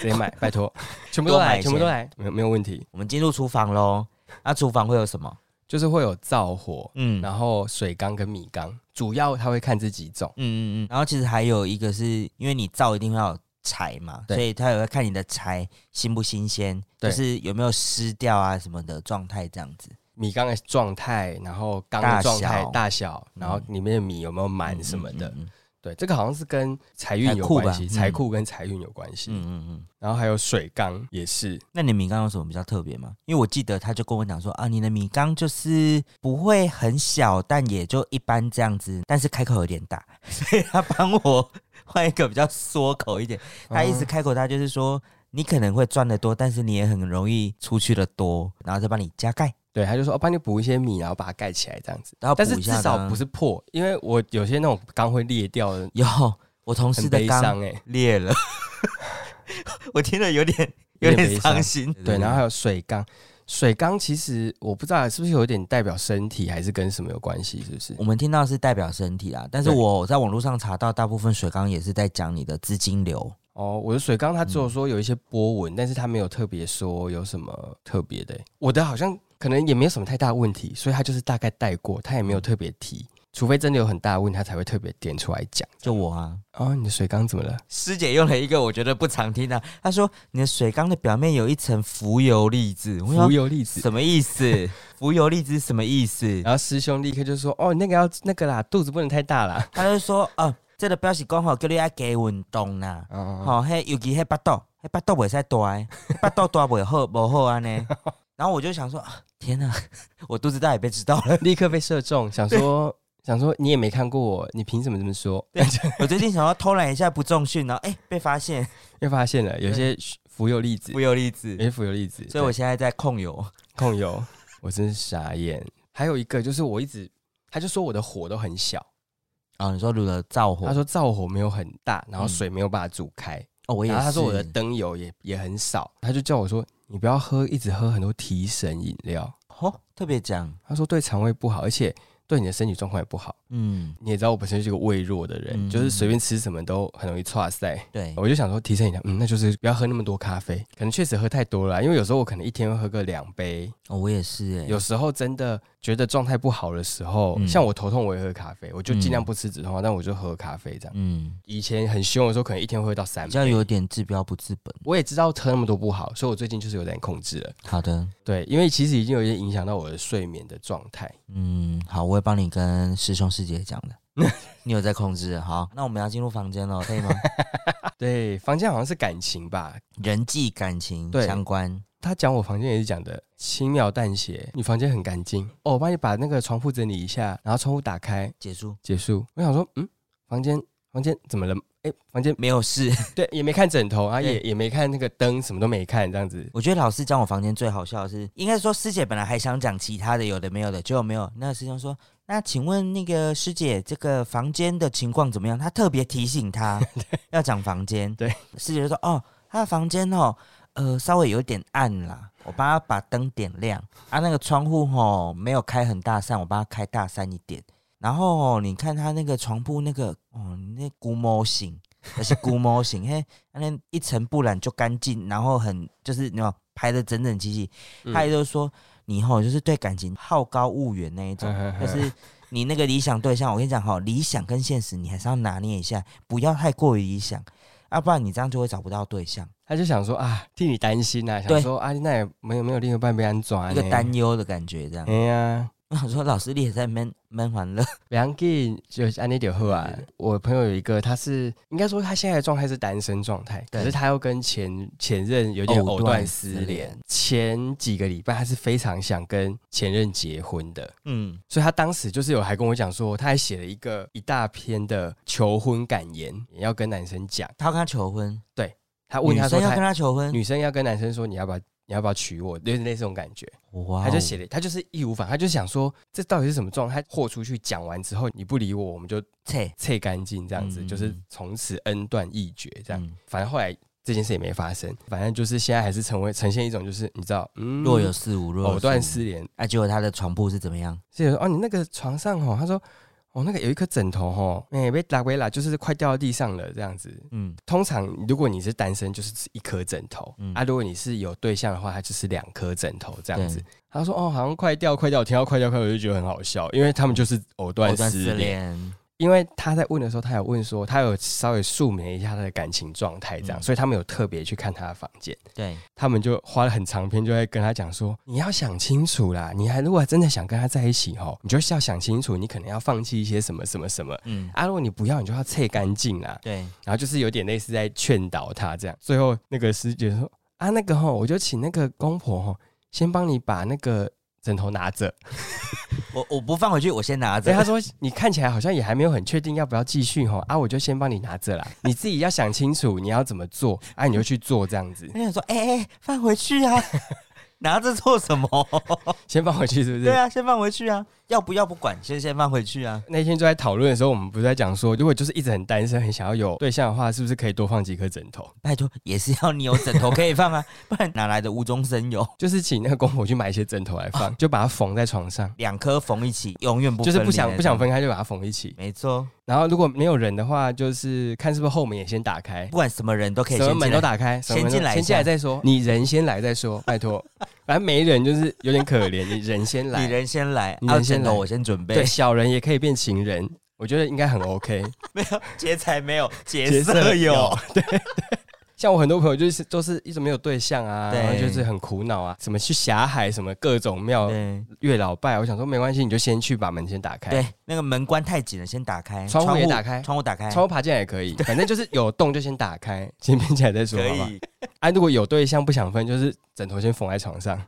[SPEAKER 2] 直接买，拜托，全部都
[SPEAKER 1] 多买
[SPEAKER 2] 来，
[SPEAKER 1] 一些
[SPEAKER 2] 全部都来，没有没有问题。
[SPEAKER 1] 我们进入厨房喽。那厨房会有什么？
[SPEAKER 2] 就是会有灶火，
[SPEAKER 1] 嗯
[SPEAKER 2] 然后水缸跟米缸，主要他会看这几种。
[SPEAKER 1] 嗯嗯嗯。然后其实还有一个是因为你灶一定要有柴嘛，
[SPEAKER 2] 对
[SPEAKER 1] 所以他也会看你的柴新不新鲜，就
[SPEAKER 2] 对
[SPEAKER 1] 是有没有湿掉啊什么的状态这样子。
[SPEAKER 2] 米缸的状态，然后缸的状态
[SPEAKER 1] 大小
[SPEAKER 2] 大小，然后里面的米有没有满
[SPEAKER 1] 嗯
[SPEAKER 2] 什么的，
[SPEAKER 1] 嗯嗯
[SPEAKER 2] 对，这个好像是跟财运有
[SPEAKER 1] 财库吧
[SPEAKER 2] 关系，
[SPEAKER 1] 嗯
[SPEAKER 2] 财库跟财运有关系，
[SPEAKER 1] 嗯嗯嗯。
[SPEAKER 2] 然后还有水缸也是，
[SPEAKER 1] 那你的米缸有什么比较特别吗？因为我记得他就跟我讲说啊，你的米缸就是不会很小，但也就一般这样子，但是开口有点大， 所以他帮我换一个比较缩口一点。他
[SPEAKER 2] 哦
[SPEAKER 1] 一直开口，他就是说你可能会赚得多，但是你也很容易出去的多，然后再帮你加盖，
[SPEAKER 2] 对，他就说哦，帮你补一些米，然后把它盖起来这样子。
[SPEAKER 1] 然后
[SPEAKER 2] 哦但是
[SPEAKER 1] 补一
[SPEAKER 2] 至
[SPEAKER 1] 下
[SPEAKER 2] 少
[SPEAKER 1] 呢
[SPEAKER 2] 不是破，因为我有些那种缸会裂掉的，
[SPEAKER 1] 有我同事
[SPEAKER 2] 很
[SPEAKER 1] 的
[SPEAKER 2] 悲
[SPEAKER 1] 缸
[SPEAKER 2] 伤哎、
[SPEAKER 1] 裂 了，我听了有点有
[SPEAKER 2] 有点
[SPEAKER 1] 点
[SPEAKER 2] 悲
[SPEAKER 1] 伤
[SPEAKER 2] 伤
[SPEAKER 1] 心。
[SPEAKER 2] 对，然后还有水缸，水缸其实我不知道是不是有点代表身体，还是跟什么有关系，是不是？
[SPEAKER 1] 我们听到是代表身体啊，但是
[SPEAKER 2] 对
[SPEAKER 1] 我在网络上查到，大部分水缸也是在讲你的资金流。
[SPEAKER 2] 哦，我的水缸它只有说有一些波纹，但是它没有特别说有什么特别的欸、我的好像可能也没有什么太大问题，所以它就是大概带过，它也没有特别提，除非真的有很大的问题，它才会特别点出来讲。
[SPEAKER 1] 就我啊，
[SPEAKER 2] 哦，你的水缸怎么了？
[SPEAKER 1] 师姐用了一个我觉得不常听的，她说你的水缸的表面有一层浮游粒子，我
[SPEAKER 2] 浮
[SPEAKER 1] 想
[SPEAKER 2] 游粒子。
[SPEAKER 1] 什么意思？浮游粒子什么意 思？
[SPEAKER 2] 然后师兄立刻就说：“哦，那个要那个啦，肚子不能太大啦。
[SPEAKER 1] 她就说啊，这个标示刚好叫你爱加运动啦，
[SPEAKER 2] 哦
[SPEAKER 1] 好、嘿，尤其嘿巴肚，嘿巴肚袂使大的，巴肚大袂好，不好安 尼。然后我就想说，啊天哪，我肚子大也被知道了。”
[SPEAKER 2] 立刻被射中，想说想说你也没看过我，你凭什么这么说？
[SPEAKER 1] 我最近想要偷懒一下不重训，然后哎、被发现
[SPEAKER 2] 又发现了有些浮游粒子
[SPEAKER 1] 浮，游粒子
[SPEAKER 2] 有，些浮游粒子，
[SPEAKER 1] 所以我现在在控油。
[SPEAKER 2] 对控油，我真是傻眼。还有一个就是我一直，他就说我的火都很小，
[SPEAKER 1] 哦，你说如的灶火，
[SPEAKER 2] 他说灶火没有很大，然后
[SPEAKER 1] 嗯
[SPEAKER 2] 水没有办法煮开，
[SPEAKER 1] 哦，我也
[SPEAKER 2] 然
[SPEAKER 1] 是。
[SPEAKER 2] 后他说我的灯油也也很少，他就叫我说你不要喝一直喝很多提神饮料，
[SPEAKER 1] 哦，特别讲，
[SPEAKER 2] 他说对肠胃不好，而且对你的身体状况也不好。
[SPEAKER 1] 嗯，
[SPEAKER 2] 你也知道我本身就是个胃弱的人，
[SPEAKER 1] 嗯
[SPEAKER 2] 就是随便吃什么都很容易岔塞。
[SPEAKER 1] 对，
[SPEAKER 2] 我就想说提升一下，嗯，那就是不要喝那么多咖啡，可能确实喝太多了啦，啊因为有时候我可能一天会喝个两杯，
[SPEAKER 1] 哦，我也是哎、
[SPEAKER 2] 有时候真的觉得状态不好的时候，
[SPEAKER 1] 嗯
[SPEAKER 2] 像我头痛我也喝咖啡，我就尽量不吃止痛药，但我就喝咖啡这样。
[SPEAKER 1] 嗯，
[SPEAKER 2] 以前很凶的时候，可能一天会喝到三
[SPEAKER 1] 比较
[SPEAKER 2] 杯。
[SPEAKER 1] 有点治标不治本。
[SPEAKER 2] 我也知道喝那么多不好，所以我最近就是有点控制了。
[SPEAKER 1] 好的，
[SPEAKER 2] 对，因为其实已经有一点影响到我的睡眠的状态。
[SPEAKER 1] 嗯，好，我会帮你跟师兄师姐讲的。 你有在控制，好，那我们要进入房间了，可以吗？
[SPEAKER 2] 对，房间好像是感情吧，
[SPEAKER 1] 人际感情
[SPEAKER 2] 对
[SPEAKER 1] 相关，
[SPEAKER 2] 他讲我房间也是讲的轻描淡写，你房间很干净哦，我帮你把那个床铺整理一下，然后窗户打开，
[SPEAKER 1] 结束
[SPEAKER 2] 结束。我想说，嗯，房间房间怎么了？哎，房间
[SPEAKER 1] 没有事。
[SPEAKER 2] 对，也没看枕头啊，
[SPEAKER 1] 对
[SPEAKER 2] 也也没看那个灯，什么都没看，这样子。
[SPEAKER 1] 我觉得老师讲我房间最好笑的是，应该说师姐本来还想讲其他的，有的没有的，结果没有。那个师兄说：“那请问那个师姐，这个房间的情况怎么样？”他特别提醒 他要讲房间。
[SPEAKER 2] 对，
[SPEAKER 1] 师姐就说：“哦，他的房间哦，呃，稍微有点暗啦，我帮他把灯点亮啊。那个窗户哦没有开很大扇，我帮他开大扇一点。然后、哦、你看他那个床铺那个哦，那估模型。”而是估模型，嘿，那一尘不染就干净，然后很就是那种排的整整齐齐。
[SPEAKER 2] 嗯
[SPEAKER 1] 他也就是说，你吼就是对感情好高骛远那一种，就是你那个理想对象，我跟你讲哈，理想跟现实你还是要拿捏一下，不要太过于理想，要、不然你这样就会找不到对象，
[SPEAKER 2] 他就想说啊，替你担心呐、啊，
[SPEAKER 1] 对
[SPEAKER 2] 想说啊，那也没有没有另一半被安抓
[SPEAKER 1] 一
[SPEAKER 2] 呢
[SPEAKER 1] 个担忧的感觉这样
[SPEAKER 2] 哎。呀。
[SPEAKER 1] 我想说，老师你也在闷闷完了，
[SPEAKER 2] 不要紧，就是安尼就好啊
[SPEAKER 1] 对对。
[SPEAKER 2] 我朋友有一个，他是应该说他现在的状态是单身状态，
[SPEAKER 1] 对
[SPEAKER 2] 可是他又跟前前任有点
[SPEAKER 1] 藕
[SPEAKER 2] 藕
[SPEAKER 1] 断
[SPEAKER 2] 断
[SPEAKER 1] 丝
[SPEAKER 2] 丝连
[SPEAKER 1] 连。
[SPEAKER 2] 前几个礼拜，他是非常想跟前任结婚的，
[SPEAKER 1] 嗯，
[SPEAKER 2] 所以他当时就是有还跟我讲说，他还写了一个一大篇的求婚感言，也要跟男生讲。
[SPEAKER 1] 他要跟他求婚，
[SPEAKER 2] 啊他问他
[SPEAKER 1] 女
[SPEAKER 2] 说
[SPEAKER 1] 生要
[SPEAKER 2] 他，
[SPEAKER 1] 跟他求婚，
[SPEAKER 2] 女生要跟男生说你要不要你要不要娶我？就是类似这种感觉。
[SPEAKER 1] 哇哦，
[SPEAKER 2] 他就写了，他就是义无反顾，他就想说这到底是什么状态？他豁出去讲完之后，你不理我，我们就
[SPEAKER 1] 切，
[SPEAKER 2] 切干净，这样子、
[SPEAKER 1] 嗯
[SPEAKER 2] 就是从此恩断义绝，这样。
[SPEAKER 1] 嗯
[SPEAKER 2] 反正后来这件事也没发生，反正就是现在还是成为呈现一种就是你知道，嗯，
[SPEAKER 1] 若有似无，若有
[SPEAKER 2] 藕断
[SPEAKER 1] 似
[SPEAKER 2] 丝连，
[SPEAKER 1] 无。哎、结果他的床铺是怎么样？
[SPEAKER 2] 是有说哦，你那个床上哦，他说哦，那个有一颗枕头哦，哎、被打回啦，就是快掉到地上了这样子。
[SPEAKER 1] 嗯，
[SPEAKER 2] 通常如果你是单身，就是一颗枕头、
[SPEAKER 1] 嗯
[SPEAKER 2] 啊；如果你是有对象的话，它就是两颗枕头这样子
[SPEAKER 1] 对。
[SPEAKER 2] 他说哦，好像快掉快掉，我听到快掉快掉，我就觉得很好笑，因为他们就是藕断
[SPEAKER 1] 藕断
[SPEAKER 2] 丝
[SPEAKER 1] 丝
[SPEAKER 2] 连。
[SPEAKER 1] 连，
[SPEAKER 2] 因为他在问的时候，他有问说，他有稍微溯明一下他的感情状态这样，
[SPEAKER 1] 嗯
[SPEAKER 2] 所以他们有特别去看他的房间。
[SPEAKER 1] 对，
[SPEAKER 2] 他们就花了很长篇，就在跟他讲说，你要想清楚啦，你还如果真的想跟他在一起吼，你就是要想清楚，你可能要放弃一些什么什么什么
[SPEAKER 1] 嗯，
[SPEAKER 2] 啊，如果你不要，你就要切干净啦。
[SPEAKER 1] 对，
[SPEAKER 2] 然后就是有点类似在劝导他这样。最后那个师姐说啊，那个吼，我就请那个公婆吼，先帮你把那个枕头拿着。
[SPEAKER 1] 我我不放回去，我先拿着。
[SPEAKER 2] 所哎以 他说你看起来好像也还没有很确定要不要继续吼啊，我就先帮你拿着啦，你自己要想清楚你要怎么做啊，你就去做这样子，
[SPEAKER 1] 我想说，哎、哎、放回去 啊，拿着做什么？
[SPEAKER 2] 先放回去是不是？
[SPEAKER 1] 对啊，先放回去啊，要不要不管，先先放回去啊。
[SPEAKER 2] 那天就在讨论的时候，我们不是在讲说，如果就是一直很单身，很想要有对象的话，是不是可以多放几颗枕头？
[SPEAKER 1] 拜托，也是要你有枕头可以放啊， 不然哪来的无中生有？
[SPEAKER 2] 就是请那个公婆去买一些枕头来放，就把它缝在床上，
[SPEAKER 1] 两颗缝一起，永哦远不
[SPEAKER 2] 就是不
[SPEAKER 1] 离
[SPEAKER 2] 想
[SPEAKER 1] 那
[SPEAKER 2] 不想
[SPEAKER 1] 种。
[SPEAKER 2] 分开就把它缝一起。
[SPEAKER 1] 没错，
[SPEAKER 2] 然后如果没有人的话，就是看是不是后门也先打开
[SPEAKER 1] 不，管什么人都可以
[SPEAKER 2] 什么
[SPEAKER 1] 先
[SPEAKER 2] 门
[SPEAKER 1] 进
[SPEAKER 2] 都
[SPEAKER 1] 来。
[SPEAKER 2] 打开，什么
[SPEAKER 1] 先
[SPEAKER 2] 门都
[SPEAKER 1] 进来一
[SPEAKER 2] 先进来
[SPEAKER 1] 下
[SPEAKER 2] 再说，你人先来再说，拜托，反正没人就是有点可怜，你人先
[SPEAKER 1] 你
[SPEAKER 2] 来，
[SPEAKER 1] 人先来，
[SPEAKER 2] 你
[SPEAKER 1] 啊
[SPEAKER 2] 人先
[SPEAKER 1] 枕头
[SPEAKER 2] 来
[SPEAKER 1] 我先准备
[SPEAKER 2] 对，。小人也可以变情人，我觉得应该很 OK。
[SPEAKER 1] 没有劫财没 有，劫
[SPEAKER 2] 角
[SPEAKER 1] 色
[SPEAKER 2] 色
[SPEAKER 1] 有
[SPEAKER 2] 有。对。像我很多朋友就是都是一直没有对象啊，
[SPEAKER 1] 对
[SPEAKER 2] 然后就是很苦恼啊，什么去霞海，什么各种庙、
[SPEAKER 1] 对
[SPEAKER 2] 月老拜，我想说没关系，你就先去把门先打开，
[SPEAKER 1] 对，那个门关太紧了，先打开，
[SPEAKER 2] 窗户也打开
[SPEAKER 1] 窗户打开，
[SPEAKER 2] 窗户爬进来也可以，反正就是有洞就先打开，先编起来再说，
[SPEAKER 1] 可
[SPEAKER 2] 好吧？
[SPEAKER 1] 以。
[SPEAKER 2] 啊，如果有对象不想分，就是枕头先缝在床上，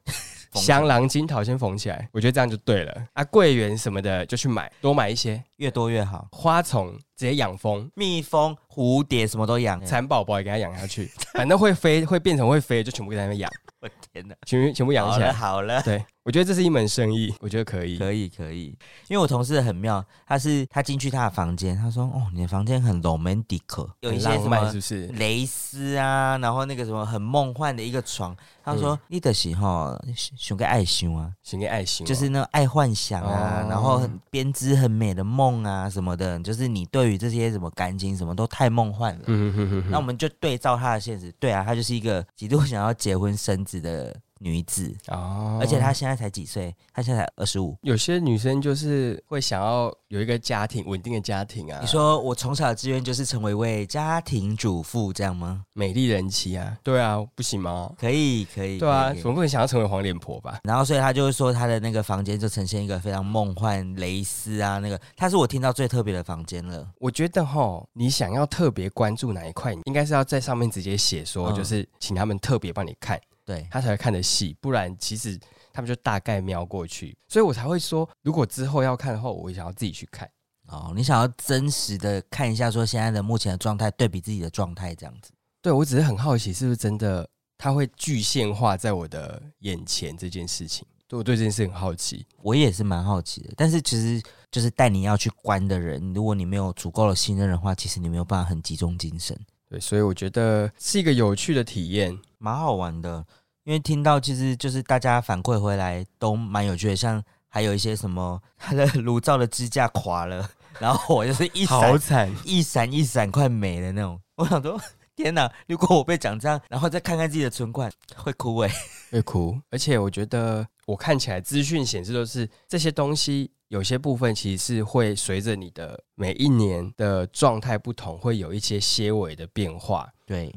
[SPEAKER 1] 缝
[SPEAKER 2] 香囊金桃先缝起来，我觉得这样就对了。啊，桂圆什么的就去买，多买一些，
[SPEAKER 1] 越多越好。
[SPEAKER 2] 花丛直接养蜂，
[SPEAKER 1] 蜜蜂、蝴蝶什么都养。
[SPEAKER 2] 蚕宝宝也给它养下去，反正会飞会变成会飞的就全部给它那边养，
[SPEAKER 1] 我天哪！
[SPEAKER 2] 全部全部养
[SPEAKER 1] 好
[SPEAKER 2] 起
[SPEAKER 1] 了
[SPEAKER 2] 来。
[SPEAKER 1] 好了，
[SPEAKER 2] 对，我觉得这是一门生意，我觉得可以。
[SPEAKER 1] 可以可以。因为我同事很妙，他是他进去他的房间，他说：“哦，你的房间很 romantic，有一些
[SPEAKER 2] 很
[SPEAKER 1] 什
[SPEAKER 2] 浪漫
[SPEAKER 1] 么
[SPEAKER 2] 是不是？
[SPEAKER 1] 蕾丝啊，然后那个什么很梦幻的一个床。”他说：“
[SPEAKER 2] 嗯
[SPEAKER 1] 你的时候熊个爱熊啊，
[SPEAKER 2] 寻个爱心哦、
[SPEAKER 1] 就是那种爱幻想啊，
[SPEAKER 2] 哦
[SPEAKER 1] 然后很编织很美的梦啊什么的，就是你对于这些什么感情什么都太梦幻了。
[SPEAKER 2] 嗯哼哼哼
[SPEAKER 1] 那我们就对照她的现实，对啊，她就是一个极度想要结婚生子的女子，
[SPEAKER 2] 哦
[SPEAKER 1] 而且她现在才几岁？她现在才二十五。
[SPEAKER 2] 有些女生就是会想要有一个家庭稳定的家庭啊，
[SPEAKER 1] 你说我从小的志愿就是成为一位家庭主妇，这样吗？
[SPEAKER 2] 美丽人妻啊，对啊，不行吗？
[SPEAKER 1] 可以，可以，
[SPEAKER 2] 对
[SPEAKER 1] 可
[SPEAKER 2] 啊，
[SPEAKER 1] 以可以
[SPEAKER 2] 总不能想要成为黄脸婆吧？
[SPEAKER 1] 然后，所以她就会说，她的那个房间就呈现一个非常梦幻、蕾丝啊，那个，她是我听到最特别的房间了。
[SPEAKER 2] 我觉得哈，你想要特别关注哪一块，你应该是要在上面直接写说，
[SPEAKER 1] 嗯
[SPEAKER 2] 就是请他们特别帮你看。
[SPEAKER 1] 对，
[SPEAKER 2] 他才会看得细，不然其实他们就大概瞄过去，所以我才会说，如果之后要看的话，我想要自己去看。
[SPEAKER 1] 哦，你想要真实的看一下，说现在的目前的状态对比自己的状态这样子。
[SPEAKER 2] 对我只是很好奇，是不是真的它会具现化在我的眼前这件事情？对我对这件事很好奇。
[SPEAKER 1] 我也是蛮好奇的，但是其实就是带你要去关的人，如果你没有足够的信任的话，其实你没有办法很集中精神，
[SPEAKER 2] 对，所以我觉得是一个有趣的体验。
[SPEAKER 1] 蛮好玩的。因为听到其实就是大家反馈回来都蛮有趣的，像还有一些什么他的 炉灶的支架垮了，然后我就是一闪
[SPEAKER 2] 好惨，
[SPEAKER 1] 一闪一闪快没了那种，我想说。 天哪！如果我被讲这样，然后再看看自己的存款，会哭哎、
[SPEAKER 2] 会哭。而且我觉得我看起来资讯显示都是这些东西，有些部分其实是会随着你的每一年的状态不同，会有一些些微的变化。
[SPEAKER 1] 对，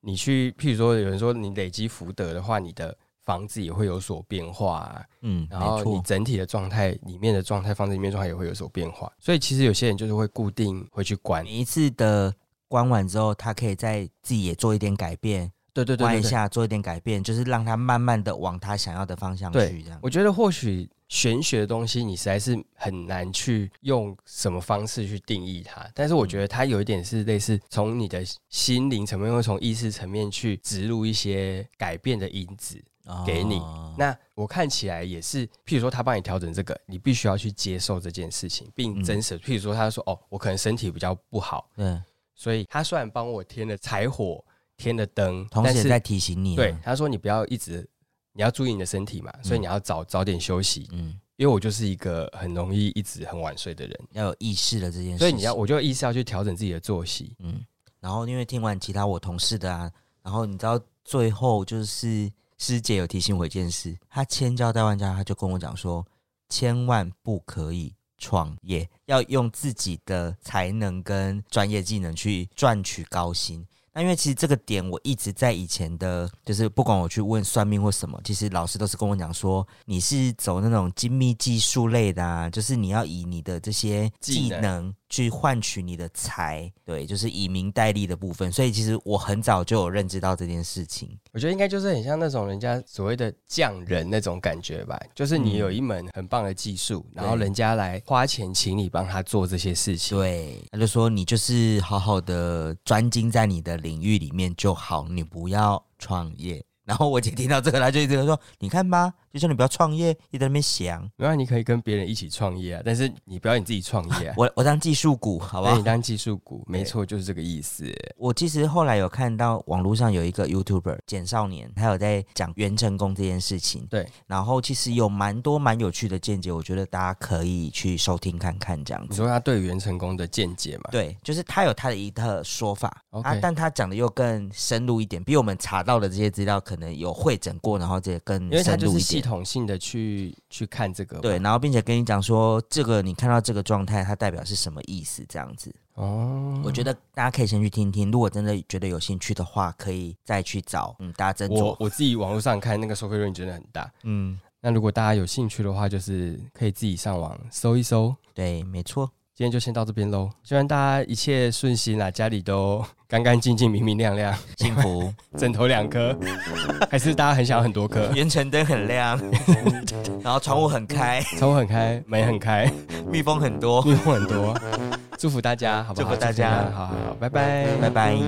[SPEAKER 2] 你去，譬如说，有人说你累积福德的话，你的房子也会有所变化、啊，
[SPEAKER 1] 嗯，
[SPEAKER 2] 然
[SPEAKER 1] 没
[SPEAKER 2] 后你
[SPEAKER 1] 错，
[SPEAKER 2] 整体的状态里面的状态，房子里面的状态也会有所变化。所以其实有些人就是会固定会去关，
[SPEAKER 1] 每一次的关完之后，他可以在自己也做一点改变，
[SPEAKER 2] 对对对
[SPEAKER 1] 关
[SPEAKER 2] 对
[SPEAKER 1] 一
[SPEAKER 2] 对。
[SPEAKER 1] 下，做一点改变，就是让他慢慢的往他想要的方向
[SPEAKER 2] 对
[SPEAKER 1] 去，这样。
[SPEAKER 2] 我觉得或许玄学的东西，你实在是很难去用什么方式去定义它。但是
[SPEAKER 1] 嗯
[SPEAKER 2] 我觉得它有一点是类似从你的心灵层面，或从意识层面去植入一些改变的因子。给你
[SPEAKER 1] 哦
[SPEAKER 2] 那我看起来也是，譬如说他帮你调整这个，你必须要去接受这件事情，并
[SPEAKER 1] 嗯
[SPEAKER 2] 真实。譬如说他说哦，我可能身体比较不好，
[SPEAKER 1] 对，
[SPEAKER 2] 所以他虽然帮我添了柴火、添了灯，
[SPEAKER 1] 同
[SPEAKER 2] 但
[SPEAKER 1] 时也
[SPEAKER 2] 是
[SPEAKER 1] 在提醒你、啊
[SPEAKER 2] 对，他说你不要一直，你要注意你的身体嘛，所以你要早早点休息。
[SPEAKER 1] 嗯，
[SPEAKER 2] 因为我就是一个很容易一直很晚睡的人，
[SPEAKER 1] 要有意识的这件事情。
[SPEAKER 2] 所以你要我就意识要去调整自己的作息。
[SPEAKER 1] 嗯，然后因为听完其他我同事的啊，然后你知道最后就是师姐有提醒我一件事，她千交代万交代，她就跟我讲说，千万不可以创业，要用自己的才能跟专业技能去赚取高薪。那因为其实这个点我一直在以前的，就是不管我去问算命或什么，其实老师都是跟我讲说，你是走那种精密技术类的啊，就是你要以你的这些技
[SPEAKER 2] 技能
[SPEAKER 1] 能去换取你的财，对，就是以名代利的部分。所以其实我很早就有认知到这件事情，
[SPEAKER 2] 我觉得应该就是很像那种人家所谓的匠人那种感觉吧，就是你
[SPEAKER 1] 嗯
[SPEAKER 2] 有一门很棒的技术，然后
[SPEAKER 1] 对
[SPEAKER 2] 人家来花钱请你帮他做这些事情。
[SPEAKER 1] 对，他就说你就是好好的专精在你的领域里面就好，你不要创业。然后我姐听到这个，她就一直说：“你看吧，就说你不要创业，你在那边想。
[SPEAKER 2] 没有，你可以跟别人一起创业啊，但是你不要你自己创业、啊
[SPEAKER 1] ，我我当技术股，好不
[SPEAKER 2] 把
[SPEAKER 1] 好
[SPEAKER 2] 你？当技术股，没
[SPEAKER 1] 对
[SPEAKER 2] 错，就是这个意思。
[SPEAKER 1] 我其实后来有看到网络上有一个 YouTuber 简少年，他有在讲元成功这件事情，
[SPEAKER 2] 对，
[SPEAKER 1] 然后其实有蛮多蛮有趣的见解，我觉得大家可以去收听看看这样
[SPEAKER 2] 你
[SPEAKER 1] 子。
[SPEAKER 2] 说他对袁成功的见解嘛？
[SPEAKER 1] 对，就是他有他的一套说法
[SPEAKER 2] OK
[SPEAKER 1] 啊，但他讲的又更深入一点，比我们查到的这些资料可能有会诊过，然后这更
[SPEAKER 2] 因为他
[SPEAKER 1] 深
[SPEAKER 2] 就
[SPEAKER 1] 入
[SPEAKER 2] 是
[SPEAKER 1] 一
[SPEAKER 2] 系
[SPEAKER 1] 点。
[SPEAKER 2] 统性的去去看这个嘛。
[SPEAKER 1] 对，然后并且跟你讲说，这个你看到这个状态，它代表是什么意思？这样子，
[SPEAKER 2] 哦，
[SPEAKER 1] 我觉得大家可以先去听听，如果真的觉得有兴趣的话，可以再去找嗯大家斟
[SPEAKER 2] 我
[SPEAKER 1] 酌。
[SPEAKER 2] 我自己网络上看那个收费率真的很大。
[SPEAKER 1] 嗯，
[SPEAKER 2] 那如果大家有兴趣的话，就是可以自己上网搜一搜。
[SPEAKER 1] 对，没错。
[SPEAKER 2] 今天就先到这边喽，希望大家一切顺心啦，家里都干干净净、明明亮亮，
[SPEAKER 1] 幸 福，
[SPEAKER 2] 枕头两颗，还是大家很想要很多颗，
[SPEAKER 1] 圆城灯很 亮，然后窗户很开，
[SPEAKER 2] 窗户很开，门很开。
[SPEAKER 1] 蜜蜂很多。
[SPEAKER 2] 密货很多，祝福大家，好不好？啊
[SPEAKER 1] 祝福大家
[SPEAKER 2] 好好好，拜拜，
[SPEAKER 1] 拜拜。